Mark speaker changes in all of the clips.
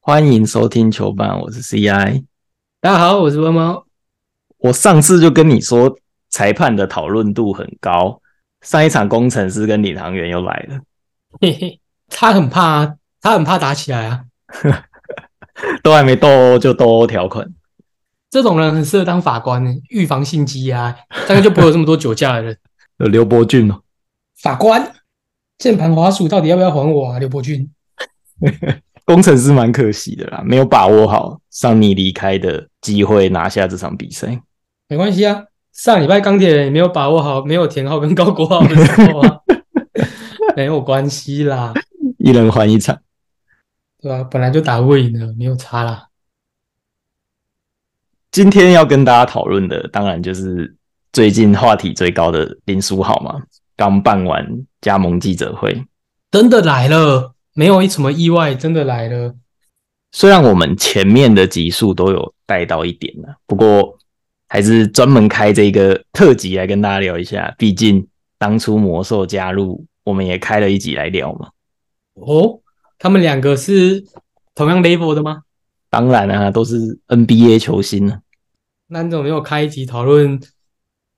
Speaker 1: 欢迎收听球板，我是 CI。
Speaker 2: 大家好，我是温猫。
Speaker 1: 我上次就跟你说，裁判的讨论度很高。上一场工程师跟领航员又来了，
Speaker 2: 嘿嘿，他很怕啊，他很怕打起来啊。
Speaker 1: 都还没斗殴就斗殴条款。
Speaker 2: 这种人很适合当法官呢，预防性羁押，大概就不会有这么多酒驾的人。
Speaker 1: 有刘伯俊哦，
Speaker 2: 法官，键盘滑鼠到底要不要还我啊？刘伯俊，
Speaker 1: 工程师蛮可惜的啦，没有把握好上你离开的机会拿下这场比赛。
Speaker 2: 没关系啊。上礼拜钢铁人也没有把握好，没有田浩跟高国浩的时候 啊，没有关系啦，
Speaker 1: 一人还一场，
Speaker 2: 对吧、本来就打不赢的，没有差啦。
Speaker 1: 今天要跟大家讨论的，当然就是最近话题最高的林书豪嘛，刚办完加盟记者会。
Speaker 2: 真的来了，没有什么意外，真的来了。
Speaker 1: 虽然我们前面的集数都有带到一点呢、不过还是专门开这个特辑来跟大家聊一下。毕竟当初魔兽加入，我们也开了一集来聊嘛。
Speaker 2: 哦，他们两个是同样 level 的吗？
Speaker 1: 当然啊，都是 NBA 球星啊。
Speaker 2: 那你怎么没有开一集讨论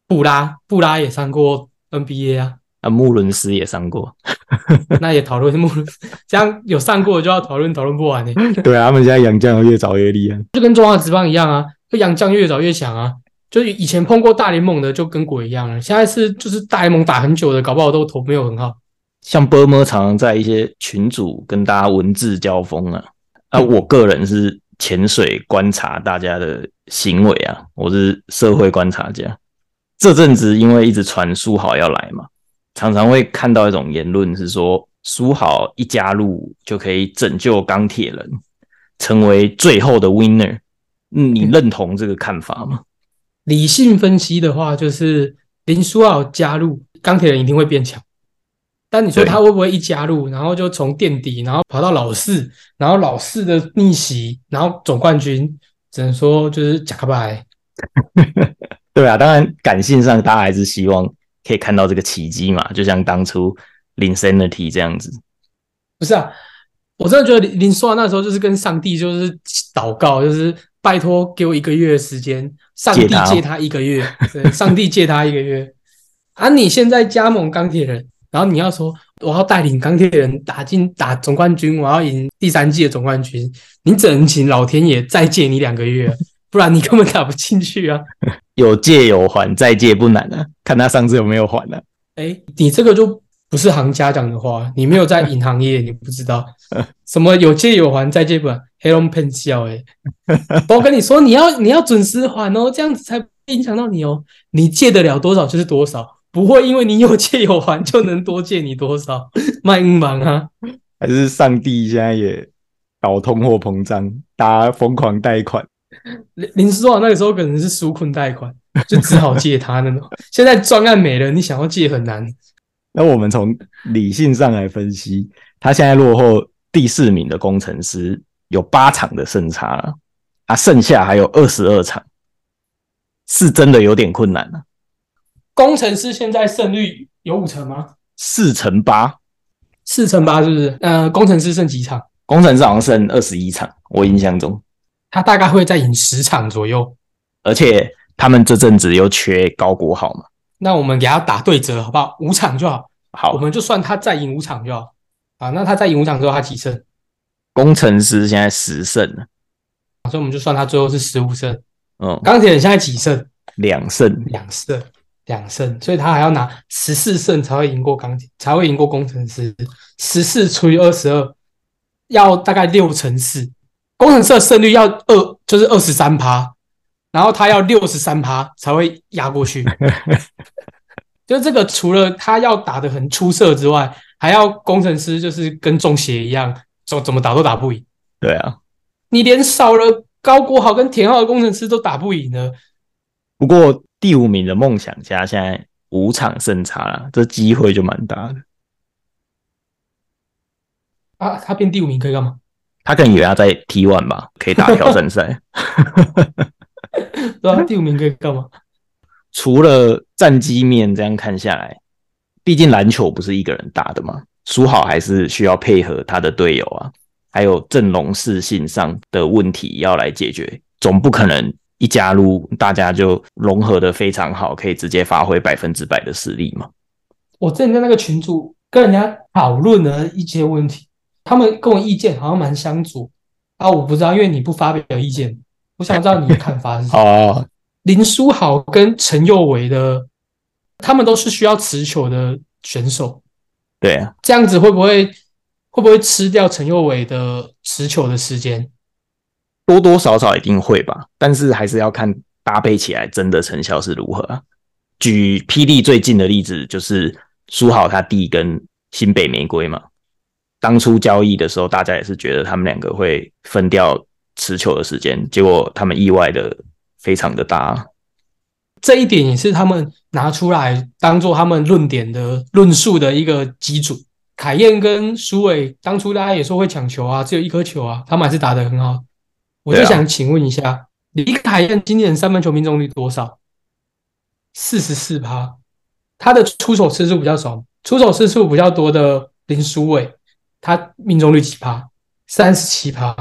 Speaker 2: 布拉？布拉也上过 NBA 啊，
Speaker 1: 啊，穆伦斯也上过，
Speaker 2: 那也讨论穆伦，这样有上过的就要讨论，讨论不完呢、
Speaker 1: 对啊，他们现在洋将越早越厉害。
Speaker 2: 就跟中华职棒一样啊，就洋将越早越强啊。就是以前碰过大联盟的就跟鬼一样了，现在是就是大联盟打很久的，搞不好都投没有很好。
Speaker 1: 像波摩常常在一些群组跟大家文字交锋啊。啊，我个人是潜水观察大家的行为啊，我是社会观察家。这阵子因为一直传书豪要来嘛，常常会看到一种言论是说，书豪一加入就可以拯救钢铁人，成为最后的 winner。嗯你认同这个看法吗？
Speaker 2: 理性分析的话，就是林书豪加入钢铁人一定会变强，但你说
Speaker 1: 对
Speaker 2: 他会不会一加入，然后就从垫底，然后跑到老四，然后老四的逆袭，然后总冠军，只能说就是假白。
Speaker 1: 对啊，当然感性上大家还是希望可以看到这个奇迹嘛，就像当初林 Sanity 这样子。
Speaker 2: 不是啊，我真的觉得林林书豪那时候就是跟上帝就是祷告，就是拜托给我一个月的时间，上帝
Speaker 1: 借他哦
Speaker 2: 借他一个月，对 上帝借他一个月。啊，你现在加盟钢铁人，然后你要说我要带领钢铁人打进打总冠军，我要赢第三季的总冠军，你只能请老天爷再借你两个月啊，不然你根本打不进去啊。
Speaker 1: 有借有还，再借不难啊，看他上次有没有还啊。
Speaker 2: 哎，你这个就不是行家讲的话，你没有在银行业，你不知道什么有借有还，再借不还，黑龙喷笑哎！ 我跟你说，你要你要准时还哦，这样子才不会影响到你哦。你借得了多少就是多少，不会因为你有 借有还就能多借你多少，卖英忙啊！
Speaker 1: 还是上帝现在也搞通货膨胀，大家疯狂贷款，
Speaker 2: 林林书豪那个时候可能是纾困贷款，就只好借他那种。 现在专案没了，你想要借很难。
Speaker 1: 那我们从理性上来分析，他现在落后第四名的工程师有八场的胜差了，啊，剩下还有二十二场，是真的有点困难啊了、
Speaker 2: 工程师现在胜率有五成吗？
Speaker 1: 四乘八，
Speaker 2: 四成八是不是？呃，工程师剩几场？
Speaker 1: 工程师好像剩二十一场，我印象中，
Speaker 2: 他大概会在赢十场左右。
Speaker 1: 而且他们这阵子又缺高国豪嘛，
Speaker 2: 那我们给他打对折，好不好？五场就好，
Speaker 1: 好
Speaker 2: 我，们就算他再赢五场就好。啊，那他再赢五场之后，他几胜？
Speaker 1: 工程师现在十胜了，
Speaker 2: 所以我们就算他最后是十五胜。
Speaker 1: 嗯，
Speaker 2: 钢铁人现在几胜？
Speaker 1: 两胜，
Speaker 2: 两胜，两胜，所以他还要拿十四胜才会赢过钢铁，才会赢过工程师。十四除以二十二，要大概六乘四。工程师的胜率要二，就是二十三趴，然后他要六十三趴才会压过去。就这个，除了他要打得很出色之外，还要工程师就是跟中邪一样，怎怎么打都打不赢。
Speaker 1: 对啊。
Speaker 2: 你连少了高国豪跟田浩的工程师都打不赢了，
Speaker 1: 不过第五名的梦想家现在五场胜差啦，这机会就蛮大的。
Speaker 2: 啊，他变第五名可以干嘛？
Speaker 1: 他可能以为他在 T one 吧，可以打挑战赛。
Speaker 2: 对啊，第五名可以干嘛？
Speaker 1: 除了战绩面这样看下来，毕竟篮球不是一个人打的嘛，输好还是需要配合他的队友啊。还有阵容适性上的问题要来解决，总不可能一加入大家就融合的非常好，可以直接发挥百分之百的实力嘛？
Speaker 2: 我之前在那个群组跟人家讨论了一些问题，他们跟我意见好像蛮相左啊，我不知道，因为你不发表意见，我想知道你的看法 是什么。
Speaker 1: 哦，
Speaker 2: 林书豪跟陈佑维的，他们都是需要持球的选手，
Speaker 1: 对啊，
Speaker 2: 这样子会不会会不会吃掉陈佑伟的持球的时间？
Speaker 1: 多多少少一定会吧，但是还是要看搭配起来真的成效是如何啊。举霹雳最近的例子就是苏好他弟跟新北玫瑰嘛，当初交易的时候，大家也是觉得他们两个会分掉持球的时间，结果他们意外的非常的大啊。
Speaker 2: 这一点也是他们拿出来当做他们论点的论述的一个基准。凯燕跟苏伟当初大家也说会抢球啊，只有一颗球啊，他们还是打得很好。我就
Speaker 1: 对啊
Speaker 2: 想请问一下，李凯燕今年三分球命中率多少？四十四趴，他的出手次数比较少，出手次数比较多的林书伟，他命中率几趴？三十七趴。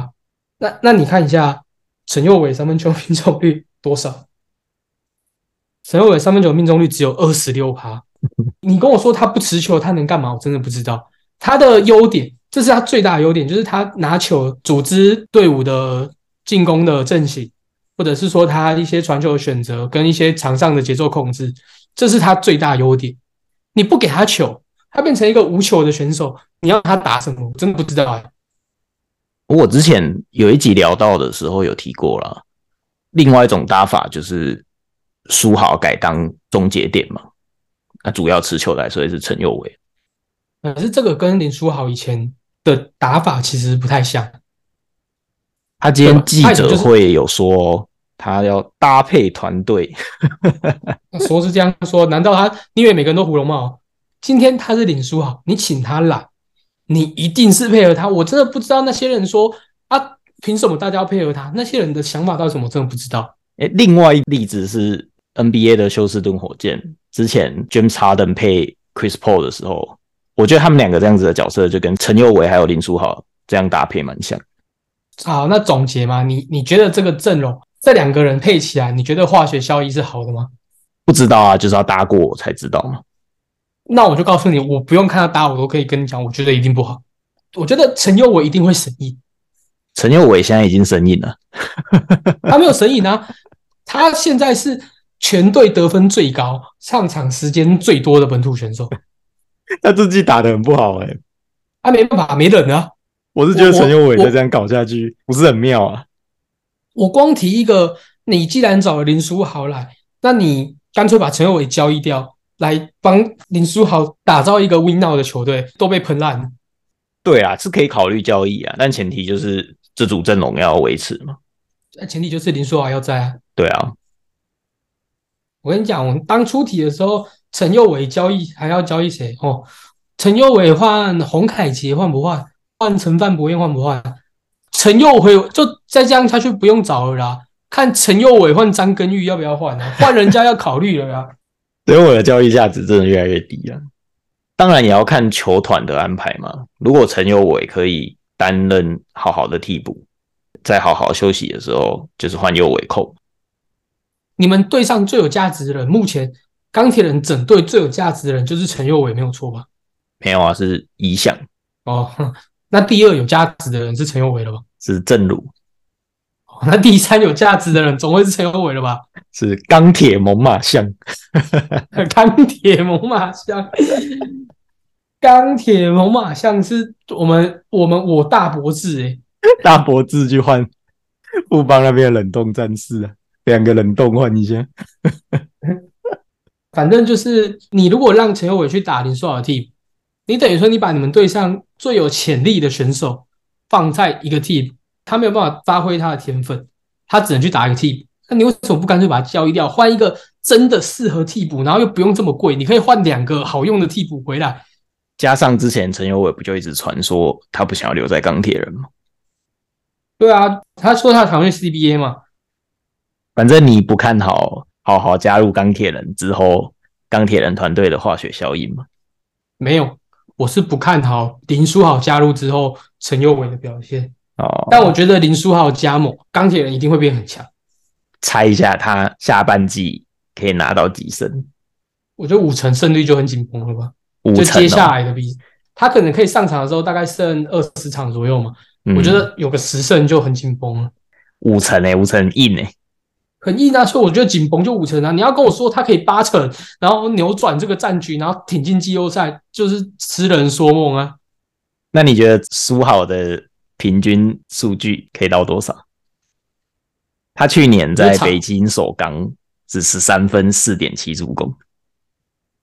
Speaker 2: 那那你看一下陈佑伟三分球命中率多少？陈佑伟三分球命中率只有二十六趴。你跟我说他不持球，他能干嘛？我真的不知道。他的优点，这是他最大的优点，就是他拿球组织队伍的进攻的阵型，或者是说他一些传球的选择跟一些场上的节奏控制，这是他最大优点。你不给他球，他变成一个无球的选手，你要他打什么？我真的不知道、欸。
Speaker 1: 我之前有一集聊到的时候有提过啦，另外一种打法就是苏豪改当终结点嘛，那主要持球来说也是陈佑伟。
Speaker 2: 可是这个跟林书豪以前的打法其实不太像。
Speaker 1: 他今天记
Speaker 2: 对吧他以前
Speaker 1: 者
Speaker 2: 就是
Speaker 1: 会有说哦，他要搭配团队，
Speaker 2: 说是这样说， 难道他你以为每个人都胡龙茂？今天他是领书好，你请他来，你一定是配合他。我真的不知道那些人说啊，凭什么大家要配合他？那些人的想法到底是什么，我真的不知道。
Speaker 1: 诶，另外一例子是 NBA 的休斯顿火箭，之前 James Harden 配 Chris Paul 的时候，我觉得他们两个这样子的角色就跟陈佑维还有林书豪这样搭配蛮像。
Speaker 2: 好，那总结嘛，你你觉得这个阵容这两个人配起来，你觉得化学效益是好的吗？
Speaker 1: 不知道啊，就是要搭过我才知道嘛。
Speaker 2: 那我就告诉你，我不用看他打，我都可以跟你讲，我觉得一定不好。我觉得陈佑我一定会审议，
Speaker 1: 陈佑维现在已经生硬了，
Speaker 2: 他没有神隐啊，他现在是全队得分最高、上场时间最多的本土选手。
Speaker 1: 他自己打得很不好诶、
Speaker 2: 啊，没办法，没人啊。
Speaker 1: 我是
Speaker 2: 觉得陈佑伟再这
Speaker 1: 样搞下去不是很妙啊。
Speaker 2: 我光提一个，你既然找了林书豪来，那你干脆把陈友伟交易掉，来帮林书豪打造一个 win now 的球队，都被喷烂了。
Speaker 1: 对啊，是可以考虑交易啊，但前提就是这组阵容要维持嘛。
Speaker 2: 那前提就是林书豪要在啊。
Speaker 1: 对啊，
Speaker 2: 我跟你讲，我们当初提的时候，陈佑伟交易还要交易谁？哦，陈佑伟换洪凯杰换不换？换陈范博彦换不换？陈佑伟就再这样下去不用找了啦。看陈佑伟换张根玉要不要换啊？换人家要考虑了啦。
Speaker 1: 所以我的交易价值真的越来越低了。当然也要看球团的安排嘛。如果陈友伟可以担任好好的替补，在好好休息的时候，就是换右尾扣。
Speaker 2: 你们队上最有价值的人，目前钢铁人整队最有价值的人就是陈佑伟，没有错吧？
Speaker 1: 没有啊，是遗想，
Speaker 2: 哦， 哼那第二有价值的人是陈佑伟了吧？
Speaker 1: 是正如，
Speaker 2: 哦那第三有价值的人总会是陈佑伟了吧？
Speaker 1: 是钢铁猛犸象。
Speaker 2: 钢铁猛犸象， 钢铁猛犸象是我们我们我大欸伯志诶、
Speaker 3: 大伯志去换富邦那边的冷冻战士啊，两个冷冻换一下。
Speaker 2: 反正就是你如果让陈友伟去打林书豪的替补，你等于说你把你们队上最有潜力的选手放在一个替补，他没有办法发挥他的天分，他只能去打一个替补。那你为什么不干脆把他交易掉，换一个真的适合替补，然后又不用这么贵？你可以换两个好用的替补回来。
Speaker 1: 加上之前陈友伟不就一直传说他不想要留在钢铁人吗？
Speaker 2: 对啊，他说他讨厌 CBA 嘛，
Speaker 1: 反正你不看好好好加入钢铁人之后，钢铁人团队的化学效应嘛。
Speaker 2: 没有，我是不看好林书豪加入之后陈佑伟的表现。
Speaker 4: 哦，
Speaker 2: 但我觉得林书豪加盟钢铁人一定会变很强。
Speaker 4: 猜一下他下半季可以拿到几胜？
Speaker 2: 我觉得五成胜率就很紧绷了吧？
Speaker 4: 五
Speaker 2: 就
Speaker 4: 成、哦。
Speaker 2: 接下来的比他可能可以上场的时候，大概剩二十场左右嘛。
Speaker 4: 嗯
Speaker 2: 我觉得有个十胜就很紧绷了，
Speaker 4: 五成诶、欸五成很硬诶、
Speaker 2: 很硬啊。所以我觉得紧绷就五成啊。你要跟我说他可以八成，然后扭转这个战局，然后挺进季后赛，就是痴人说梦啊。
Speaker 4: 那你觉得苏好的平均数据可以到多少？他去年在北京首钢是十三分四点七助攻，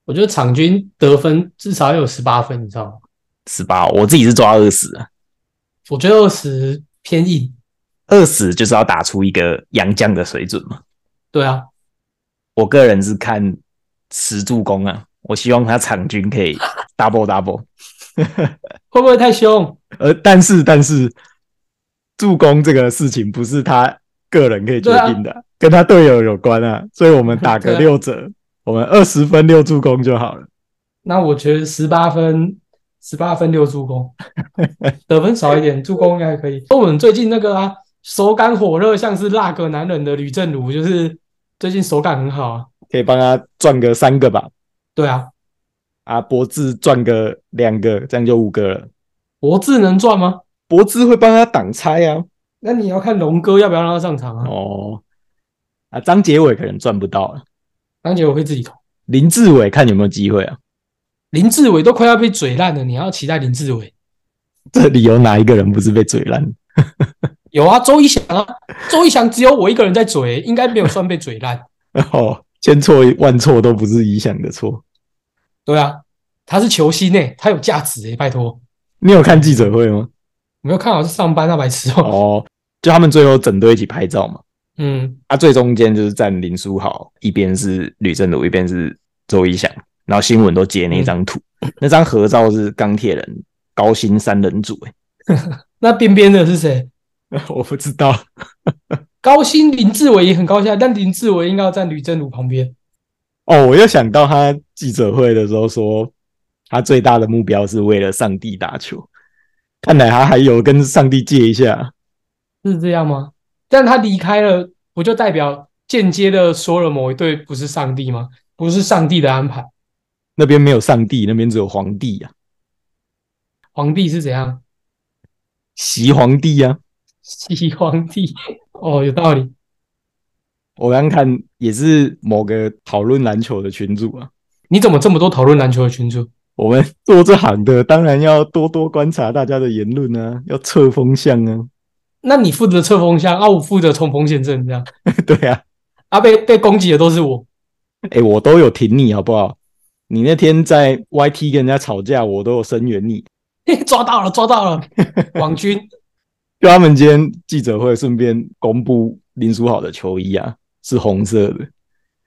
Speaker 2: 我觉得场均得分至少要有十八分，你知道吗？
Speaker 4: 十八，我自己是抓二十啊，
Speaker 2: 我觉得二十偏硬，
Speaker 4: 二十就是要打出一个洋将的水准嘛。
Speaker 2: 对啊，
Speaker 4: 我个人是看十助攻啊，我希望他场均可以 double double。
Speaker 2: 会不会太凶？
Speaker 1: 呃，但是但是助攻这个事情不是他个人可以决定的，跟他队友有关啊，所以我们打
Speaker 2: 啊对
Speaker 1: 个
Speaker 2: 啊
Speaker 1: 六折，我们二十分六助攻就好了。
Speaker 2: 那我觉得十八分，十八分六助攻，得分少一点，助攻应该可以。我们最近那个啊，手感火热，像是那个男人的吕正如，就是最近手感很好啊。
Speaker 1: 可以帮他赚个三个吧，
Speaker 2: 对啊，
Speaker 1: 啊，博智赚个两个，这样就五个了。
Speaker 2: 博智能赚吗？
Speaker 1: 博智会帮他挡拆啊，
Speaker 2: 那你要看龙哥要不要让他上场啊？
Speaker 1: 哦，啊，张杰伟可能赚不到了，
Speaker 2: 当姐我会自己投。
Speaker 1: 林志伟看有没有机会啊？
Speaker 2: 林志伟都快要被嘴烂了，你还要期待林志伟？
Speaker 1: 这里有哪一个人不是被嘴烂？
Speaker 2: 有啊，周一翔啊，周一翔只有我一个人在嘴，应该没有算被嘴烂。
Speaker 1: 哦，千错万错都不是理想的错。
Speaker 2: 对啊，他是球星诶、欸他有价值诶、拜托。
Speaker 1: 你有看记者会吗？
Speaker 2: 没有看好是上班那白痴哦。
Speaker 1: 哦，就他们最后整队一起拍照嘛。
Speaker 2: 嗯，
Speaker 4: 啊，最中间就是站林书豪，一边是吕正儒，一边是周一翔，然后新闻都截那
Speaker 1: 嗯
Speaker 4: 张图，那张合照是钢铁人高薪三人组、欸，
Speaker 2: 那边边的是谁？
Speaker 1: 我不知道，
Speaker 2: 高薪林志伟也很高下，啊但林志伟应该要站吕正儒旁边。
Speaker 1: 哦，我又想到他记者会的时候说，他最大的目标是为了上帝打球，看来他还有跟上帝借一下。
Speaker 2: 是这样吗？但他离开了，不就代表间接的说了某一对不是上帝吗？不是上帝的安排，
Speaker 1: 那边没有上帝，那边只有皇帝啊，
Speaker 2: 皇帝是怎样？
Speaker 1: 习皇帝啊。
Speaker 2: 西皇帝 哦，有道理。
Speaker 1: 我刚看也是某个讨论篮球的群组啊，
Speaker 2: 你怎么这么多讨论篮球的群主？
Speaker 1: 我们做这行的当然要多多观察大家的言论啊，要测风向啊。
Speaker 2: 那你负责测风向，啊，我负责冲锋陷阵，这样
Speaker 1: 对啊，
Speaker 2: 啊，被被攻击的都是我。
Speaker 1: 哎、我都有挺你好不好？你那天在 YT 跟人家吵架，我都有声援你。
Speaker 2: 抓到了，抓到了，网军
Speaker 1: 就他们今天记者会顺便公布林书豪的球衣啊，是红色的。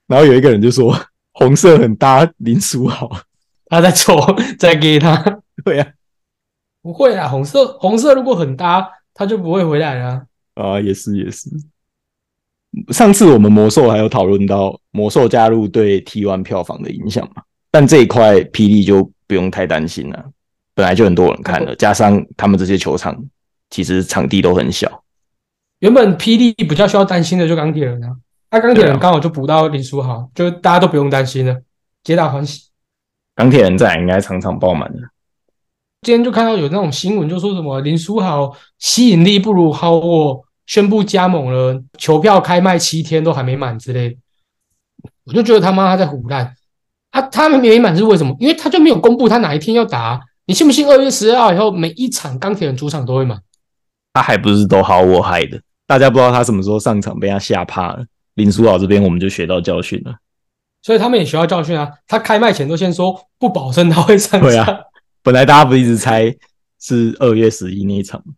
Speaker 1: 然后有一个人就说 红色很搭林书豪，
Speaker 2: 他在抽， 在给他。
Speaker 1: 对啊，
Speaker 2: 不会啦，红色红色如果很搭，他就不会回来了啊、
Speaker 1: 啊也是也是。上次我们魔兽还有讨论到魔兽加入对 T One 票房的影响嘛，但这一块霹雳就不用太担心了，本来就很多人看了，加上他们这些球场其实场地都很小，
Speaker 2: 原本霹雳比较需要担心的就钢铁人啊，那、钢铁人刚好就补到林书豪，就大家都不用担心了，皆大欢喜。
Speaker 4: 钢铁人在应该场场爆满的。
Speaker 2: 今天就看到有那种新闻，就说什么林书豪吸引力不如 h o 宣布加盟了，球票开卖七天都还没满之类的，我就觉得他妈他在胡乱。他他们没满是为什么？因为他就没有公布他哪一天要打啊、你信不信？二月十二号以后，每一场钢铁人主场都会满。
Speaker 4: 他还不是都好我害的，
Speaker 1: 大家不知道他什么时候上场，被他吓怕了。
Speaker 4: 林书豪这边我们就学到教训了。
Speaker 2: 所以他们也学到教训啊。他开卖前都先说不保证他会上场，
Speaker 1: 对啊本来大家不一直猜是二月十一那一场吗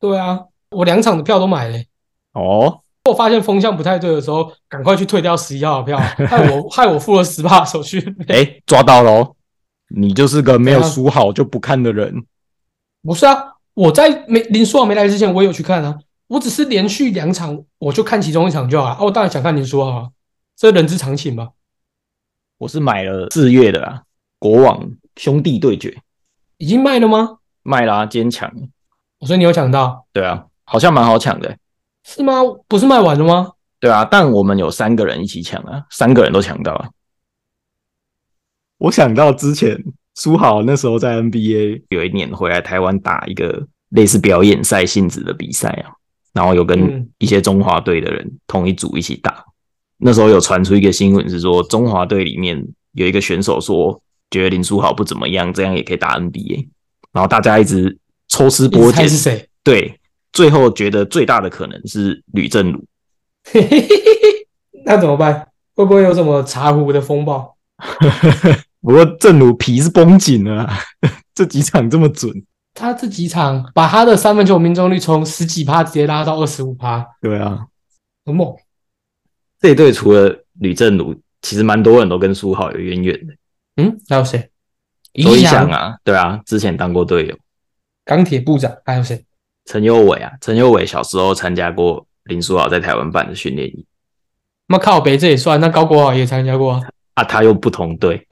Speaker 2: 对啊我两场的票都买了欸、
Speaker 1: 哦，
Speaker 2: 我发现风向不太对的时候，赶快去退掉十一号的票，害我 害我付了十八手续 费。
Speaker 1: 哎、抓到喽、你就是个没有
Speaker 2: 怎样
Speaker 1: 输好就不看的人。
Speaker 2: 不是啊，我在没林书豪没来之前，我也有去看啊。我只是连续两场，我就看其中一场就好了。啊，我当然想看林书豪啊，这人之常情吧。
Speaker 1: 啊
Speaker 4: 我是买了四月的啦，国王兄弟对决，
Speaker 2: 已经卖了吗？
Speaker 1: 麦拉坚强，
Speaker 2: 我说你有抢到
Speaker 1: 对啊，好像蛮好抢的、
Speaker 2: 是吗？不是卖完了吗？
Speaker 1: 对啊，但我们有三个人一起抢啊，三个人都抢到啊，
Speaker 3: 我想到之前苏豪那时候在 NBA，
Speaker 1: 有一年回来台湾打一个类似表演赛性质的比赛啊，然后有跟
Speaker 2: 嗯
Speaker 1: 一些中华队的人同一组一起打。那时候有传出一个新闻是说，中华队里面有一个选手说，觉得林书豪不怎么样，这样也可以打 NBA。然后大家一直抽丝
Speaker 2: 你
Speaker 1: 剥
Speaker 2: 猜
Speaker 1: 茧
Speaker 2: 是，谁？
Speaker 1: 对，最后觉得最大的可能是吕正儒，
Speaker 2: 嘿嘿嘿嘿那怎么办？会不会有什么茶壶的风暴？
Speaker 3: 不过正如皮是绷紧了啊、 这几场这么准，
Speaker 2: 他这几场把他的三分球命中率从十几趴直接拉到二十五趴，
Speaker 3: 对啊，
Speaker 2: 很猛。
Speaker 1: 这一队除了吕正儒，其实蛮多人都跟苏豪有渊源的。
Speaker 2: 嗯，还有谁？
Speaker 1: 周一
Speaker 2: 翔
Speaker 1: 翔、啊，对啊，之前当过队友。
Speaker 2: 钢铁部长，还有谁？
Speaker 1: 陈宥伟啊，陈宥伟小时候参加过林书豪在台湾办的训练营
Speaker 2: 那靠北这也算，那高国豪也参加过啊。
Speaker 1: 啊，他又不同队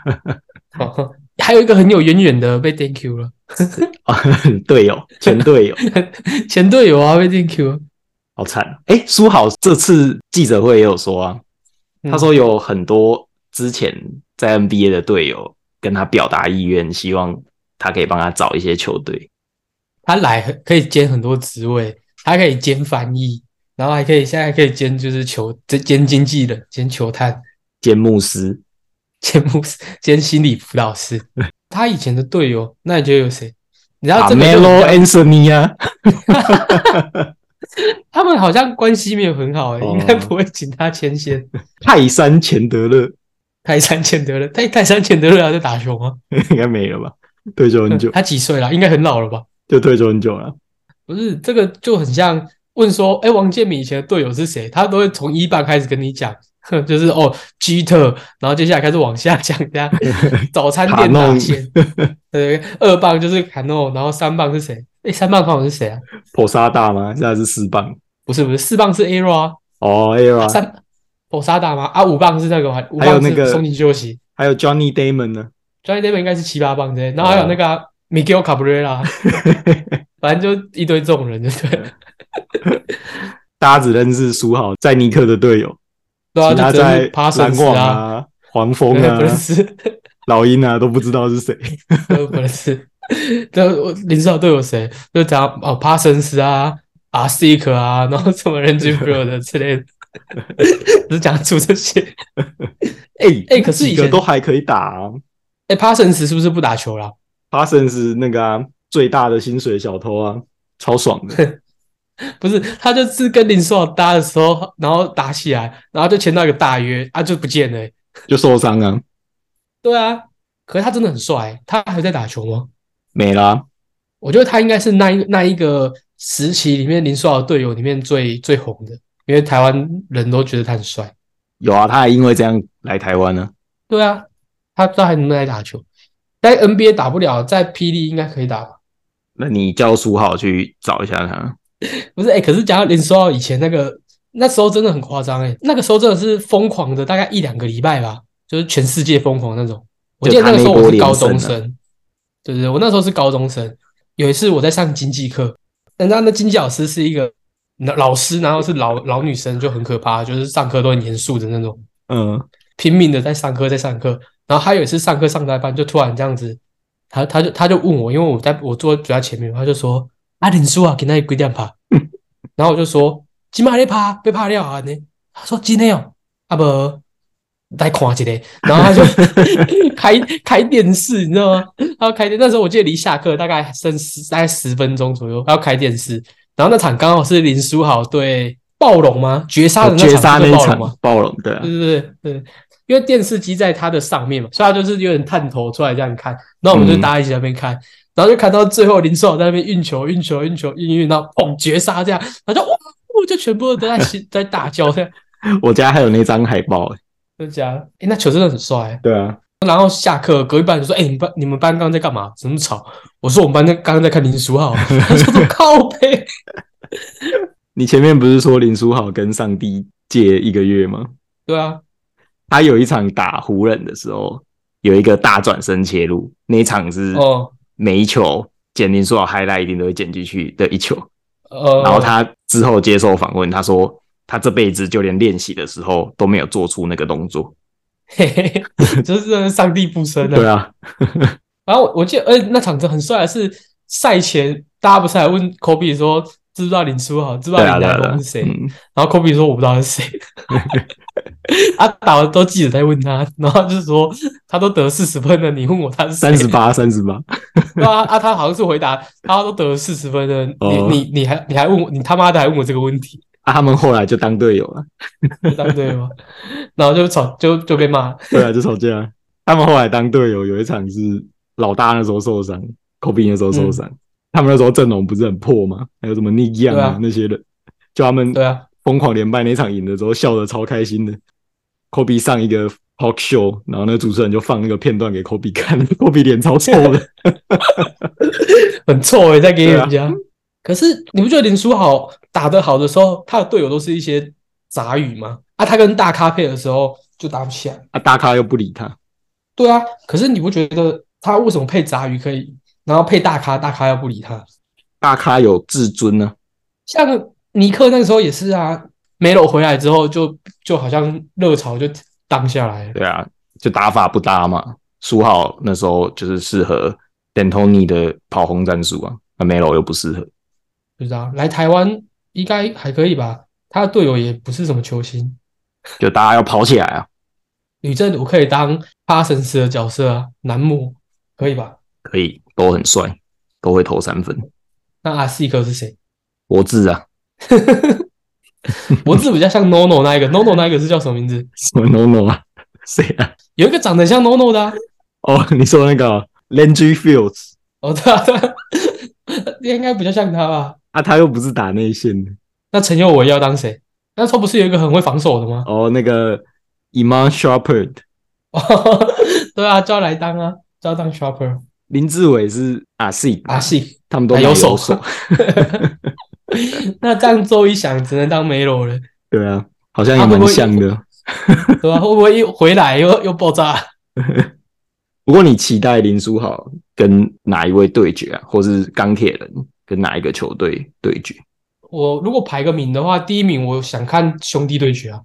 Speaker 2: 哦 还有一个很有渊源的被 Thank you 了，
Speaker 1: 啊，队友前队友，
Speaker 2: 前队友啊被 Thank you 了。
Speaker 1: 好惨啊。哎，苏豪这次记者会也有说啊，
Speaker 2: 嗯
Speaker 1: 他说有很多之前在 NBA 的队友跟他表达意愿，希望他可以帮他找一些球队。
Speaker 2: 他来很可以兼很多职位，他可以兼翻译，然后还可以现在还可以兼就是球兼经纪人、兼球探、
Speaker 1: 兼牧师
Speaker 2: 兼牧师、兼心理辅导师。他以前的队友，那你觉得有谁？你知道
Speaker 3: 啊
Speaker 2: 这个就
Speaker 3: Melo
Speaker 2: 比较
Speaker 3: Anthony 啊，
Speaker 2: 他们好像关系没有很好、欸，
Speaker 3: 哦
Speaker 2: 应该不会请他牵线。
Speaker 3: 泰山钱德勒
Speaker 2: 泰山钱德勒，泰泰山钱德勒还在打球吗？
Speaker 3: 应该没了吧？退休很 久，
Speaker 2: 他几岁了？应该很老了吧？
Speaker 3: 就退休很久了。
Speaker 2: 不是，这个就很像问说，哎、王建民以前的队友是谁？他都会从一半开始跟你讲， 哼就是哦，基特，然后接下来开始往下讲，这样早餐店
Speaker 3: 卡
Speaker 2: 打
Speaker 3: 弄
Speaker 2: 线， 对，二棒就是卡诺，然后三棒是谁？哎、三棒好像是谁啊？
Speaker 3: 普沙大吗？现在是四棒
Speaker 2: 不是不是，四棒是 Aero 啊，
Speaker 3: 哦，Era，、
Speaker 2: 三博沙达吗？啊，五棒是那个吗？五
Speaker 3: 还有
Speaker 2: 棒
Speaker 3: 那个
Speaker 2: 是松井秀喜
Speaker 3: 还有 Johnny Damon 啊呢。
Speaker 2: ，Johnny Davis 应该是七八棒之类，然后还有那个
Speaker 3: 哦
Speaker 2: 啊、Miguel Cabrera，反正就一堆这种人，就对了，
Speaker 3: 大家只认识苏豪在尼克的队友，
Speaker 2: 对啊，
Speaker 3: 其他
Speaker 2: 就只
Speaker 3: 在
Speaker 2: 是爬绳
Speaker 3: 篮
Speaker 2: 子
Speaker 3: 网
Speaker 2: 啊，
Speaker 3: 啊、黄蜂
Speaker 2: 对
Speaker 3: 啊
Speaker 2: 不、认识。
Speaker 3: 老鹰啊都不知道是谁。
Speaker 2: 呃，不是，这我林书豪队有谁？就讲哦，帕森斯啊，阿 c 克啊，然后什么 人 g b r 的之类的， 只讲出这些。
Speaker 3: 哎、
Speaker 2: 哎可是以
Speaker 3: 几
Speaker 2: 前
Speaker 3: 个都还可以打、啊。
Speaker 2: 哎、帕森斯是不是不打球啦？
Speaker 3: Parsons 那个、啊、最大的薪水小偷啊，超爽的。
Speaker 2: 不是，他就是跟林书豪搭的时候，然后打起来，然后就签到一个大约，啊，就不见了欸、
Speaker 3: 就受伤啊，
Speaker 2: 对啊，可是他真的很帅欸、他还在打球吗？
Speaker 3: 没啦。
Speaker 2: 我觉得他应该是那一那一个时期里面林书豪队友里面最最红的，因为台湾人都觉得他很帅。
Speaker 3: 有啊，他还因为这样来台湾呢、
Speaker 2: 对啊，他他还能不能来打球？在 NBA 打不了，在霹雳应该可以打吧？
Speaker 1: 那你叫苏豪去找一下他，
Speaker 2: 不是，哎、可是讲到林书豪以前那个，那时候真的很夸张，哎，那个时候真的是疯狂的，大概一两个礼拜吧，就是全世界疯狂那种。我记得那个时候我是
Speaker 1: 就他那
Speaker 2: 高中
Speaker 1: 一波连胜
Speaker 2: 生，对对，对我那时候是高中生。有一次我在上经济课，但那那经济老师是一个老老师，然后是老老女生，就很可怕，就是上课都很严肃的那种。
Speaker 3: 嗯，
Speaker 2: 拼命的在上课，在上课。然后他有一次上课上到一半，就突然这样子，他他就他就问我，因为我在我坐在他前面，他就说：“啊，林叔啊，给那几点 拍？”然后我就说：“今晚在拍，被拍了啊呢。”他说：“今天哦，啊不，来看一个。”然后 他就开开电视，你知道吗？他要开电，那时候我记得离下课大概剩十大概十分钟左右，他要开电视。然后那场刚好是林书豪对暴龙吗？绝杀的那场
Speaker 3: 哦绝杀
Speaker 2: 是
Speaker 3: 那
Speaker 2: 对暴龙
Speaker 3: 场
Speaker 2: 吗
Speaker 3: 暴龙，对啊，
Speaker 2: 对对对对，因为电视机在它的上面嘛，所以它就是有点探头出来这样看，然后我们就大家一起在那边看，然后就看到最后林书豪在那边运球、运球、运球、运运，然后砰绝杀这样，然后就哇，我就全部都在 在大叫这样，
Speaker 3: 我家还有那张海报、欸。
Speaker 2: 就这样，哎，那球真的很帅欸、
Speaker 3: 对啊，
Speaker 2: 然后下课，隔壁班就说：“哎、你们班你们班刚刚在干嘛？怎么吵？”我说：“我们班在刚刚在看林书豪。” 他说：“靠背。
Speaker 3: 你前面不是说林书豪跟上帝借一个月吗？”
Speaker 2: 对啊，
Speaker 3: 他有一场打湖人的时候，有一个大转身切入，那一场是
Speaker 2: 哦，
Speaker 3: 每一球
Speaker 1: 简宁说好 highlight 一定都会剪进去的一球，
Speaker 2: 呃，
Speaker 1: 然后他之后接受访问，他说他这辈子就连练习的时候都没有做出那个动作。
Speaker 2: 嘿嘿嘿， 就是真的是上帝附身了。
Speaker 1: 对啊，
Speaker 2: 然后我我记得，而且那场子很帅，的啊是赛前大家不是还问科比说知不知道林书豪，知不知
Speaker 1: 对
Speaker 2: 道
Speaker 1: 啊，
Speaker 2: 林
Speaker 1: 对啊，
Speaker 2: 来
Speaker 1: 对啊
Speaker 2: 龙是谁？
Speaker 1: 嗯
Speaker 2: 然后科比说我不知道 是谁。啊，打完都记者在问他，然后就是说他都得四十分了，你问我他是谁
Speaker 1: 三十八，三十八，
Speaker 2: 对啊，啊，他好像是回答他都得了四十分了，
Speaker 1: 哦
Speaker 2: 你你你还你还问我，你他妈的还问我这个问题，
Speaker 1: 啊，他们后来就当队友了。
Speaker 2: 就当对吗？ 然后就吵就就被骂，
Speaker 1: 对啊，就吵架。他们后来当队友，有一场是老大那时候受伤，科比那时候受伤，他们那时候阵容不是很破吗？还有什么 Nick Young
Speaker 2: 对
Speaker 1: 啊
Speaker 2: 啊
Speaker 1: 那些人，就他们
Speaker 2: 对啊，
Speaker 1: 疯狂连败那场赢了之后，笑得超开心的。科比上一个 talk show，然后那主持人就放那个片段给科比看， 科比脸超臭的。
Speaker 2: 很臭诶、欸在给
Speaker 1: 对啊
Speaker 2: 人家。可是你不觉得林书豪打得好的时候，他的队友都是一些杂鱼吗？啊，他跟大咖配的时候就打不起来。
Speaker 1: 啊，大咖又不理他，
Speaker 2: 对啊，可是你不觉得他为什么配杂鱼可以，然后配大咖，大咖要不理他？
Speaker 1: 大咖有自尊啊呢、
Speaker 2: 像尼克那个时候也是啊，梅罗回来之后就就好像热潮就荡下来了。
Speaker 1: 对啊，就打法不搭嘛。苏浩那时候就是适合 D'Antoni 的跑轰战术啊，那 Melo 又不适合。
Speaker 2: 不知道来台湾应该还可以吧？他的队友也不是什么球星，
Speaker 1: 就大家要跑起来啊！
Speaker 2: 吕振武可以当帕森斯的角色啊，男模可以吧？
Speaker 1: 可以，都很帅，都会投三分。
Speaker 2: 那阿西克是谁？
Speaker 1: 博智啊，
Speaker 2: 我字比较像 NONO 那一个，NONO 那一个是叫什么名字？
Speaker 1: 什么 NONO 啊？谁啊？
Speaker 2: 有一个长得像 NONO 的、啊，
Speaker 1: 哦，你说那个 Landry Fields
Speaker 2: 哦 对啊对啊，应该比较像他吧？
Speaker 1: 啊，他又不是打内线的。
Speaker 2: 那陈宥维要当谁？那时候不是有一个很会防守的吗？
Speaker 1: 哦，那个 Iman Sharpard，
Speaker 2: 对啊，就要来当啊，就要当 shopper
Speaker 1: 林志伟是阿 C，
Speaker 2: 阿信。
Speaker 1: 他们都
Speaker 2: 啊有手
Speaker 1: 手手。
Speaker 2: 那这样周一想，只能当梅罗了，
Speaker 1: 对啊，好像也
Speaker 2: 啊会
Speaker 1: 蛮
Speaker 2: 不会
Speaker 1: 像的。
Speaker 2: 对吧、会不会一回来又又爆炸？
Speaker 1: 不过你期待林书豪跟哪一位对决啊，或是钢铁人跟哪一个球队对决？
Speaker 2: 我如果排个名的话，第一名我想看兄弟对决啊，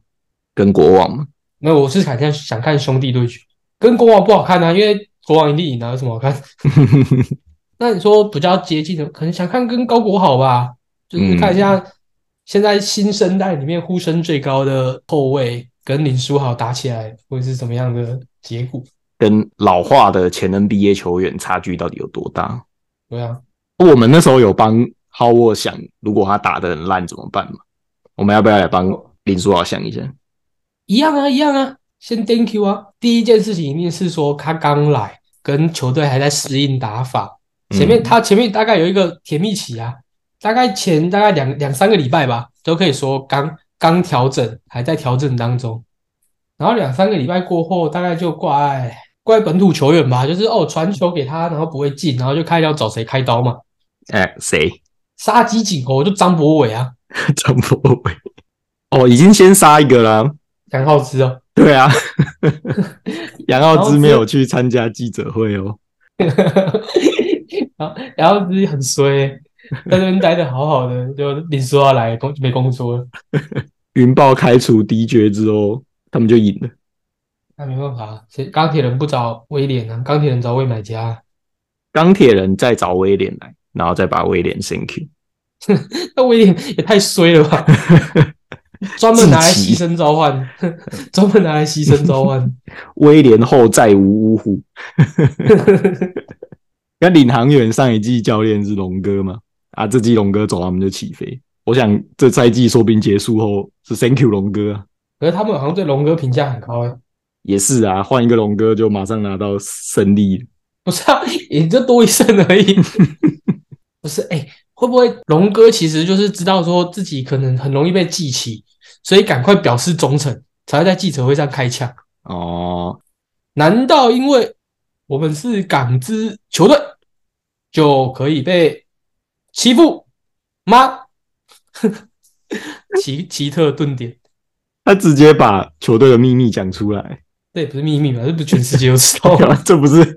Speaker 1: 跟国王吗？
Speaker 2: 没有，我是想看想看兄弟对决，跟国王不好看啊，因为国王一定赢啊，有什么好看？ 那你说比较接近的，可能想看跟高国好吧，就是看一下现在新生代里面呼声最高的后卫跟林书豪打起来会是什么样的结果？
Speaker 1: 跟老化的前 NBA 球员差距到底有多大？
Speaker 2: 对啊，
Speaker 1: 我们那时候有帮 Howard 想，如果他打得很烂怎么办嘛？我们要不要来帮林书豪想一下？
Speaker 2: 一样啊，一样啊，先 thank you 啊。第一件事情一定是说他刚来，跟球队还在适应打法，
Speaker 1: 嗯
Speaker 2: 前面他前面大概有一个甜蜜期啊，大概前大概两两三个礼拜吧，都可以说刚刚调整，还在调整当中。然后两三个礼拜过后，大概就怪怪本土球员吧，就是哦传球给他，然后不会进，然后就开始要找谁开刀嘛。
Speaker 1: 哎、谁？
Speaker 2: 杀鸡儆猴就张博伟啊，
Speaker 1: 张博伟？哦，已经先杀一个啦。
Speaker 2: 杨浩之哦，
Speaker 1: 对 啊，杨浩之没有去参加记者会哦。
Speaker 2: 然后然后自己很衰、在这边待的好好的，就你说要来工没工作了，
Speaker 1: 云豹开除 DJ 之后，他们就赢了。
Speaker 2: 那没办法，谁钢铁人不找威廉啊？钢铁人找未买家啊、
Speaker 1: 钢铁人再找威廉来，然后再把威廉 Thank you。
Speaker 2: 那威廉也太衰了吧！专门拿来牺牲召唤， 专门拿来牺牲召唤。
Speaker 1: 威廉后再无 呜呼。跟领航员上一季教练是龙哥嘛？啊，这季龙哥走，他们就起飞。我想这赛季说不定结束后是 Thank you 龙哥啊，
Speaker 2: 可是他们好像对龙哥评价很高哎，
Speaker 1: 也是啊，换一个龙哥就马上拿到胜利了。
Speaker 2: 不是啊，也就多一胜而已。不是哎、会不会龙哥其实就是知道说自己可能很容易被记起，所以赶快表示忠诚，才会在记者会上开枪？
Speaker 1: 哦，
Speaker 2: 难道因为我们是港资球队，就可以被欺负吗？ 奇奇特顿点，
Speaker 1: 他直接把球队的秘密讲出来，
Speaker 2: 这也不是 秘
Speaker 5: 哦
Speaker 2: 密嘛，这不是全世界都知道吗？
Speaker 1: 这不是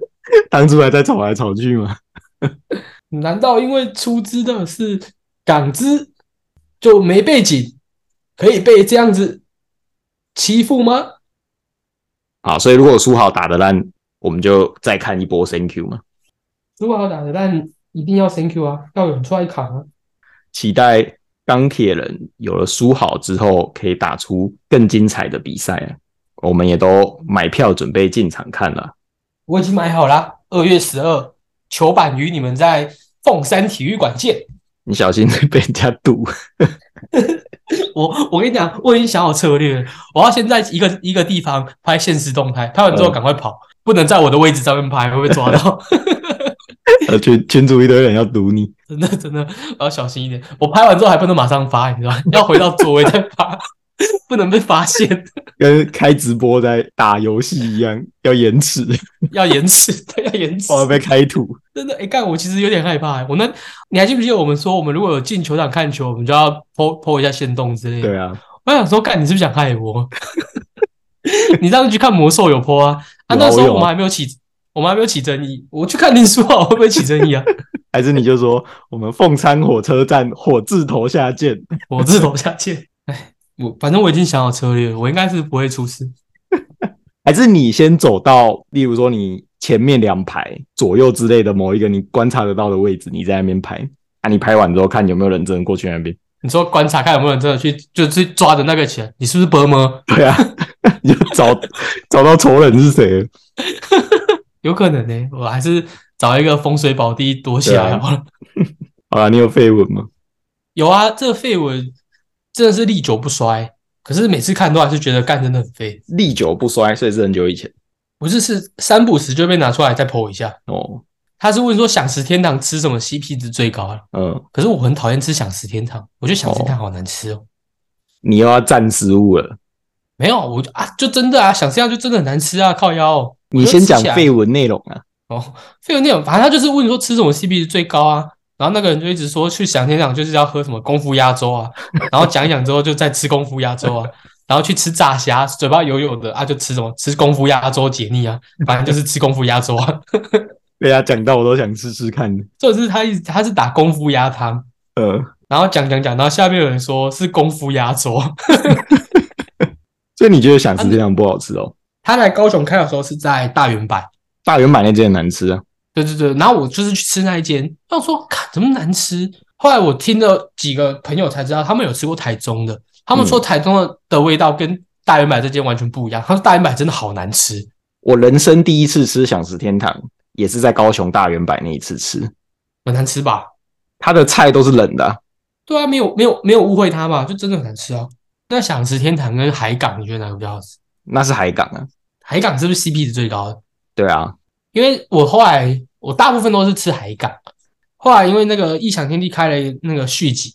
Speaker 1: 当初还在吵来吵去吗？
Speaker 2: 难道因为出资的是港资就没背景，可以被这样子欺负吗？
Speaker 5: 好，所以如果苏豪打得烂，我们就再看一波 Thank you 嘛，
Speaker 2: 如果要打的但一定要 thank you 啊，要有人出来扛啊。
Speaker 5: 期待钢铁人有了苏豪之后，可以打出更精彩的比赛啊！我们也都买票准备进场看了。
Speaker 2: 我已经买好啦，二月十二球板与你们在凤山体育馆见。
Speaker 5: 你小心被人家 堵，
Speaker 2: 我我跟你讲，我已经想好策略了，我要先在一个一个地方拍现实动态，拍完之后赶快跑，不能在我的位置上面拍，会被抓到。
Speaker 5: 呃，群群主一堆人要堵你。
Speaker 2: 真的真的，我要小心一点。我拍完之后还不能马上发，你知道吗，要回到座位再发，不能被发现，
Speaker 1: 跟开直播在打游戏一 样，要延迟，
Speaker 2: 要延迟， 对，要延迟
Speaker 1: 我。要被开土。
Speaker 2: 真的，哎、干，我其实有点害怕、欸。我那，你还记不记得我们说，我们如果有进球场看球，我们就要 po po 一下线动之类的。
Speaker 1: 对啊，
Speaker 2: 我想说，干，你是不是想害我？ 你上次去看魔兽有 po 啊？啊，
Speaker 1: 有啊
Speaker 2: 那时
Speaker 1: 我
Speaker 2: 候
Speaker 1: 有啊
Speaker 2: 我们还没有起，我们还没有起争议。我去看林书豪会不会起争议啊？
Speaker 1: 还是你就说我们凤山火车站火字头下见。
Speaker 2: 我自投下界。哎，我反正我已经想好策略了，我应该是不会出事。
Speaker 1: 还是你先走到，例如说你前面两排左右之类的某一个你观察得到的位置，你在那边拍。啊，你拍完之后看有没有人真的过去那边。
Speaker 2: 你说观察看有没有人真的去，就去抓着那个钱，你是不是伯吗？
Speaker 1: 对啊， 你就找找到仇人是谁了。
Speaker 2: 有可能呢、我还是找一个风水宝地躲起来
Speaker 1: 对啊
Speaker 2: 好了。
Speaker 1: 好了，你有绯闻吗？
Speaker 2: 有啊，这个绯闻真的是历久不衰，可是每次看都还是觉得干真的很废，
Speaker 1: 历久不衰，所以是很久以前
Speaker 2: 不是是三不时就被拿出来再剖一下。
Speaker 1: 哦。
Speaker 2: 他是问说享食天堂吃什么 CP 值最高啊？
Speaker 1: 嗯，
Speaker 2: 可是我很讨厌吃享食天堂，我觉得享食天堂好难吃哦。
Speaker 1: 你又要占食物了。
Speaker 2: 没有，我就啊，就真的啊，享食天堂就真的很难吃啊，靠腰哦、
Speaker 1: 你先讲
Speaker 2: 我就吃起来
Speaker 1: 绯闻内容啊。
Speaker 2: 哦，绯闻内容，反正他就是问说吃什么 CP 值最高啊，然后那个人就一直说去享天堂就是要喝什么功夫鸭粥 啊，然后讲一讲之后就再吃功夫鸭粥啊，然后去吃炸虾，嘴巴油油的啊，就吃什么吃功夫鸭粥解腻啊，反正就是吃功夫鸭粥啊。
Speaker 1: 被他讲到我都想试试看。
Speaker 2: 这是他一直他是打功夫鸭汤，
Speaker 1: 呃，
Speaker 2: 然后讲讲讲，然后下面有人说是功夫鸭粥。
Speaker 1: 所啊以你觉得想吃这样不好吃哦？
Speaker 2: 他来高雄开的时候是在大圆柏，
Speaker 1: 大圆满那间难吃啊。
Speaker 2: 对对对，然后我就是去吃那一间，我想说，看怎么难吃。后来我听了几个朋友才知道，他们有吃过台中的，他们说台中的的味道跟大圆柏这间完全不一样。他说大圆柏真的好难吃，
Speaker 1: 我人生第一次吃享食天堂，也是在高雄大圆柏那一次吃。
Speaker 2: 很难吃吧？
Speaker 1: 它的菜都是冷的啊、
Speaker 2: 对啊，没有没有没有误会他嘛，就真的很难吃啊。那想吃天堂跟海港，你觉得哪个比较好吃？
Speaker 1: 那是海港啊。
Speaker 2: 海港是不是 CP 值最高的？
Speaker 1: 对啊，
Speaker 2: 因为我后来我大部分都是吃海港，后来因为那个异想天地开了那个续集，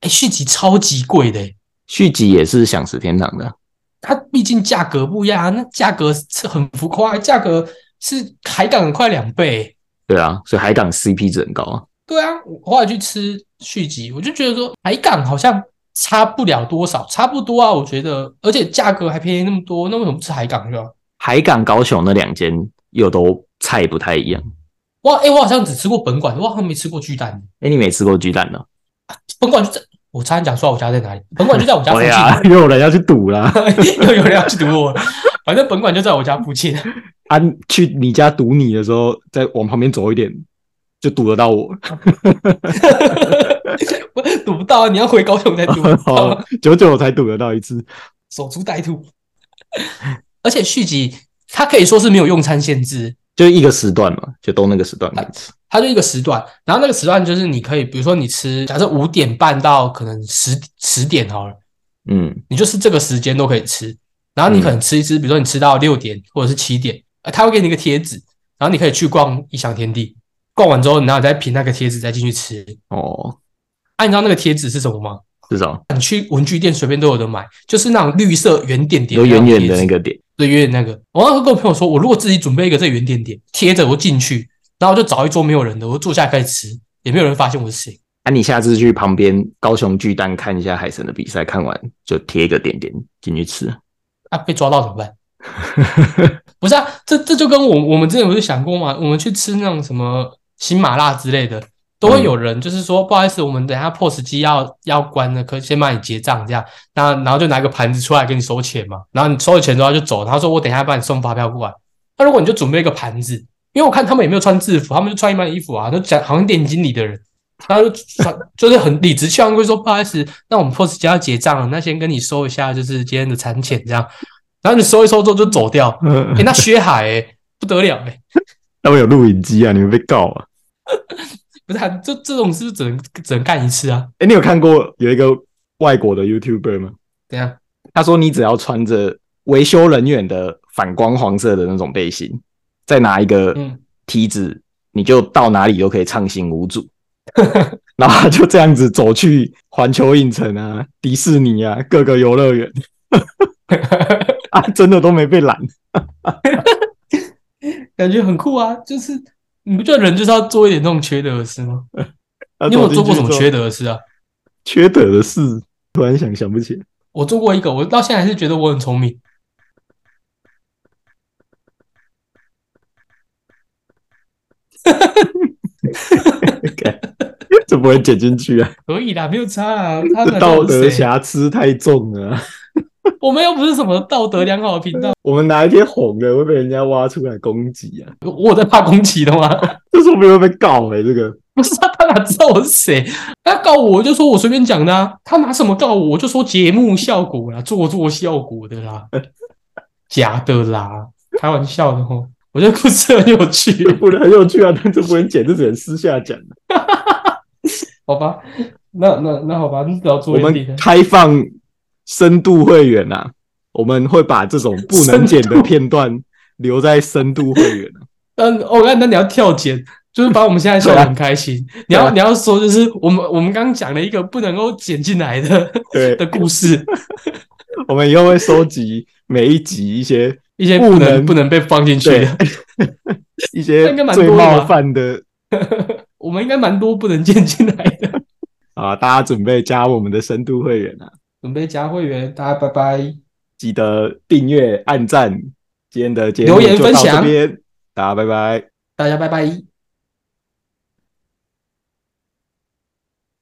Speaker 2: 哎，续集超级贵的、诶
Speaker 1: 续集也是享食天堂的啊。
Speaker 2: 它毕竟价格不一样啊，那价格是很浮夸，价格是海港的快两倍。
Speaker 1: 对啊，所以海港 CP 值很高啊。
Speaker 2: 对啊，我后来去吃续集，我就觉得说海港好像差不了多少，差不多啊，我觉得，而且价格还便宜那么多，那为什么不吃海港啊就好？
Speaker 1: 海港、高雄那两间又都菜不太一样。
Speaker 2: 哇，哎、我好像只吃过本馆，我好像没吃过巨蛋。
Speaker 1: 哎、你没吃过鸡蛋的？
Speaker 2: 本馆就在，我差点讲出来我家在哪里，本馆就在我家附
Speaker 1: 对
Speaker 2: 近，
Speaker 1: 啊，又有人要去赌啦。
Speaker 2: 又有人要去堵我，反正本馆就在我家附近。
Speaker 1: 啊，去你家堵你的时候，再往旁边走一点，就堵得到我。
Speaker 2: 不堵不到啊！你要回高雄 才堵得到啊
Speaker 1: 哦，久久才堵得到一次。
Speaker 2: 守株待兔。而且续集它可以说是没有用餐限制，
Speaker 1: 就一个时段嘛，就都那个时段可以吃。
Speaker 2: 它就一个时段，然后那个时段就是你可以，比如说你吃，假设五点半到可能十十点好了，
Speaker 1: 嗯，
Speaker 2: 你就是这个时间都可以吃。然后你可能吃一吃，比如说你吃到六点或者是七点，呃他会给你一个贴纸，然后你可以去逛异想天地，逛完之后，然后你再凭那个贴纸再进去吃。
Speaker 1: 哦，
Speaker 2: 啊，你知道那个贴纸是什么吗？
Speaker 1: 至少
Speaker 2: 你去文具店随便都有的买，就是那种绿色圆点点，
Speaker 1: 有远远的那个点。
Speaker 2: 对，有点那个。我那时候跟我朋友说，我如果自己准备一个这个圆点点贴着我进去，然后我就找一桌没有人的，我就坐下来开始吃，也没有人发现我是谁。
Speaker 1: 啊，你下次去旁边高雄巨蛋看一下海神的比赛，看完就贴一个点点进去吃。
Speaker 2: 啊，被抓到怎么办？ 不是啊，这这就跟我我们之前不是想过吗？我们去吃那种什么新麻辣之类的，都会有人就是说，不好意思，我们等一下 POS 机要要关了，可以先帮你结账这样。那然后就拿个盘子出来给你收钱嘛，然后你收了钱之后他就走，然后说我等一下帮你送发票过来。那如果你就准备一个盘子，因为我看他们也没有穿制服，他们就穿一般的衣服啊，就讲好像店经理的人，然后就穿 就是很理直气壮，会说不好意思，那我们 POS 机要结账了，那先跟你收一下，就是今天的餐钱这样。然后你收一收之后就走掉，
Speaker 1: 嗯
Speaker 2: 哎、，那薛海、欸、不得了哎、
Speaker 1: 那我有录影机啊，你会被告啊。
Speaker 2: 不是、啊，这这种是不是只能只能干一次啊？
Speaker 1: 哎、你有看过有一个外国的 YouTuber 吗？
Speaker 2: 怎样？
Speaker 1: 他说你只要穿着维修人员的反光黄色的那种背心，再拿一个
Speaker 2: 嗯
Speaker 1: 梯子，你就到哪里都可以畅行无阻。然后他就这样子走去环球影城啊、迪士尼啊、各个游乐 园啊，真的都没被拦。
Speaker 2: 感觉很酷啊！就是你不觉得人就是要做一点那种缺德的事吗？
Speaker 1: 他
Speaker 2: 你有没有
Speaker 1: 走进
Speaker 2: 做
Speaker 1: 去
Speaker 2: 过什么
Speaker 1: 之后
Speaker 2: 缺德的事啊？
Speaker 1: 缺德的事？突然想想不起来。
Speaker 2: 我做过一个，我到现在还是觉得我很聪明。
Speaker 1: 这不会剪进去啊！
Speaker 2: 可以啦，没有差啊。他
Speaker 1: 这
Speaker 2: 们
Speaker 1: 道德
Speaker 2: 谁，
Speaker 1: 瑕疵太重了啊、
Speaker 2: 我们又不是什么道德良好的频道，
Speaker 1: 我们哪一天红了会被人家挖出来攻击啊？
Speaker 2: 我有在怕宫崎的吗？
Speaker 1: 这说不定会被告哎、这个
Speaker 2: 不是啊，他哪知道我是谁？他告我，我就说我随便讲的啊。他拿什么告我？我就说节目效果啦，做做效果的啦， 假的啦，开玩笑的哦。我觉得故事很有 趣。
Speaker 1: 不能很有趣啊，但这不能剪，这只能私下讲。
Speaker 2: 好吧，那那那好吧，你只要
Speaker 1: 我
Speaker 2: 做一点
Speaker 1: 们。开放深度会员啊，我们会把这种不能剪的片段留在深度会员、啊。
Speaker 2: 但哦，那那你要跳剪，就是把我们现在笑得很开 心。你
Speaker 1: 对
Speaker 2: 要
Speaker 1: 啊
Speaker 2: 你要说，就是我们我们刚刚讲了一个不能够剪进来的
Speaker 1: 对，
Speaker 2: 的故事，
Speaker 1: 我们以后会收集每一集一些
Speaker 2: 一些
Speaker 1: 不
Speaker 2: 不能
Speaker 1: 能
Speaker 2: 不能被放进去
Speaker 1: 对
Speaker 2: 的。
Speaker 1: 一
Speaker 2: 那
Speaker 1: 些
Speaker 2: 应该蛮多
Speaker 1: 最
Speaker 2: 的吧
Speaker 1: 冒犯的
Speaker 2: 我们应该蛮多不能剪 进来的。
Speaker 1: 啊，大家准备加我们的深度会员啊，
Speaker 2: 准备加会员，大家拜拜。
Speaker 1: 记得订阅、按赞。今天的节目
Speaker 2: 留言
Speaker 1: 就到
Speaker 2: 分享
Speaker 1: 这边，大家拜拜。
Speaker 2: 大家拜拜。